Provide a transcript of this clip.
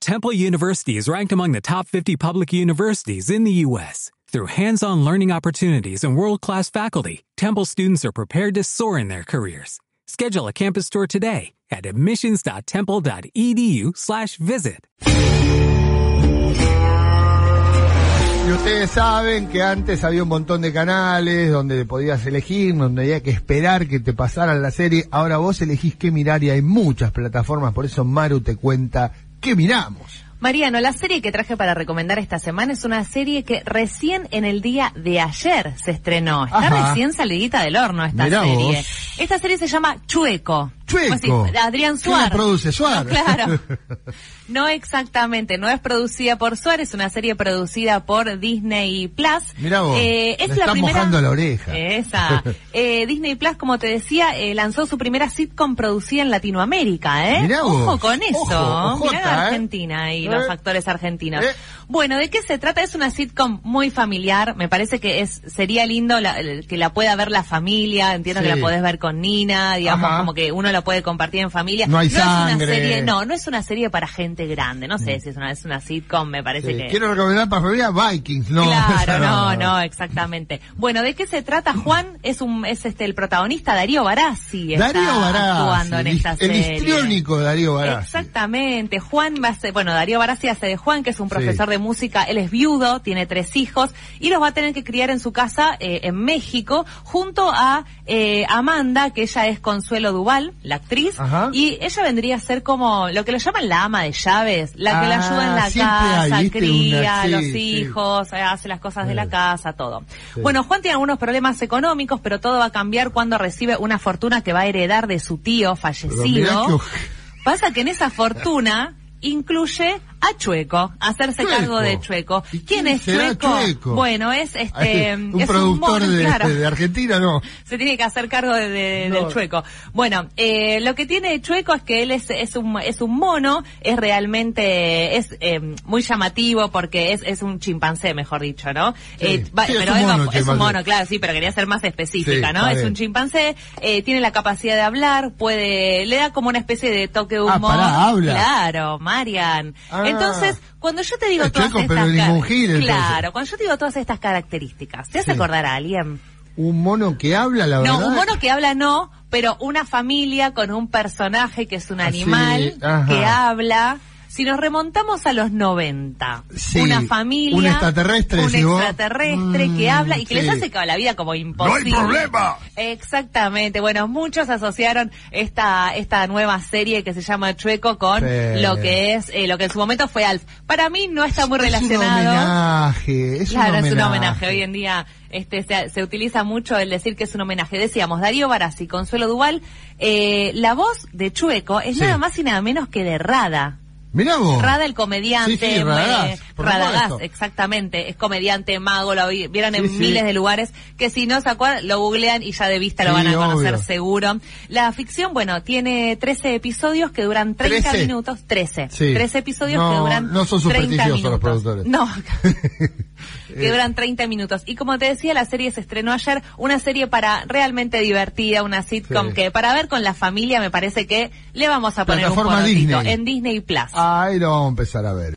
Temple University is ranked among the top 50 public universities in the U.S. Through hands on learning opportunities and world class faculty, Temple students are prepared to soar in their careers. Schedule a campus tour today at E admissions.temple.edu/slash visit. Y ustedes saben que antes había un montón de canales donde podías elegir, donde había que esperar que te pasaran la serie. Ahora vos elegís qué mirar y hay muchas plataformas, por eso Maru te cuenta qué miramos. Mariano, la serie que traje para recomendar esta semana es una serie que recién en el día de ayer se estrenó. Está Ajá. recién salidita del horno esta Mirá serie. vos. Esta serie se llama Chueco. Chueco. Pues sí, Adrián ¿Quién la Suárez. produce? Suar. claro. No exactamente, no es producida por Suárez, es una serie producida por Disney Plus. Mirá vos, Eh, es le la está primera... mojando la oreja. Esa. Eh, Disney Plus, como te decía, eh, lanzó su primera sitcom producida en Latinoamérica, ¿eh? Mirá vos. Ojo con eso. Ojo, ojota, Mirá la ¿eh? Argentina y Eh. los actores argentinos. Eh. Bueno, ¿de qué se trata? Es una sitcom muy familiar. Me parece que es sería lindo la- el- que la pueda ver la familia. Entiendo que Sí. la podés ver con Nina, digamos, Ajá. como que uno la puede compartir en familia. No hay Es una sangre. serie, no, no es una serie para gente grande. No sé si es una, es una sitcom, me parece Eh, que... Quiero recomendar para familia Vikings, no. esa Claro, no, no, exactamente. Bueno, ¿de qué se trata Juan? Es un es este el protagonista Darío Barassi. está Darío Barassi, actuando en el esta his- el serie. histriónico Darío Barassi. Exactamente. Juan va a ser, bueno, Darío Barassi hace de Juan, que es un Sí. profesor de música. Él es viudo, tiene tres hijos y los va a tener que criar en su casa eh, en México junto a eh, Amanda, que ella es Consuelo Duval, la actriz, Ajá. y ella vendría a ser como lo que le llaman la ama de llaves, la que le Ah, ayuda en la siempre hay, casa, ¿viste? cría, Una- los sí, sí. hijos hijos, eh, hace las cosas de la casa, todo. Sí. Bueno, Juan tiene algunos problemas económicos, pero todo va a cambiar cuando recibe una fortuna que va a heredar de su tío Pero mirá que fallecido. oj- Pasa que en esa fortuna incluye a Chueco, hacerse Chueco. cargo de Chueco. ¿Y ¿Quién, quién es será Chueco? Chueco? Bueno, es este un es productor mono, de, claro de Argentina, no. se tiene que hacer cargo de- de- No. del chueco. Bueno, eh, lo que tiene de chueco es que él es, es, un, es un mono, es realmente, es eh, muy llamativo porque es, es un chimpancé, mejor dicho, ¿no? Sí. Eh, va- Sí, es pero un él va- mono, es un chimpancé. mono, claro, sí, pero quería ser más específica, Sí, ¿no? está Es bien. un chimpancé, eh, tiene la capacidad de hablar, puede, le da como una especie de toque de Ah, humor. pará, habla. Claro, Marian. Ah. Entonces, cuando yo te digo Es todas chueco, estas pero ningún car- gil, entonces. Claro, cuando yo te digo todas estas características, ¿te hace Sí. acordar a alguien? Un mono que habla, la No, verdad. un mono que habla no, pero una familia con un personaje que es un Ah, animal sí, ajá. que habla. Si nos remontamos a los 90, Sí, una familia, un extraterrestre, un decís vos. extraterrestre que Mm, habla y que les sí. hace la vida como ¡No hay imposible. problema! Exactamente. Bueno, muchos asociaron esta esta nueva serie que se llama Chueco con Sí. lo que es eh, lo que en su momento fue Alf. Para mí no está muy Es un relacionado. homenaje. Es Claro, un homenaje. es un homenaje. Hoy en día este, se, se utiliza mucho el decir que es un homenaje. Decíamos, Darío Barassi, Consuelo Duval, eh, la voz de Chueco es Sí. nada más y nada menos que de Rada. Mirá vos. Rada el comediante, Sí, sí, eh, Radagast, por Radagast, supuesto. exactamente, es comediante, mago, lo vi- vieron en Sí, sí. miles de lugares, que si no se acuerdan, lo googlean y ya de vista lo Sí, van a conocer obvio. seguro. La ficción, bueno, tiene 13 episodios que duran 30 ¿Trece? minutos, 13, Sí. 13 episodios No, que duran no son 30 supersticiosos minutos. los productores. No, Eh, que duran 30 minutos. Y como te decía, la serie se estrenó ayer, una serie para realmente divertida, una sitcom Sí. que para ver con la familia me parece que le vamos a poner un Plataforma porotito Disney. en Disney Plus. Ahí lo vamos a empezar a ver.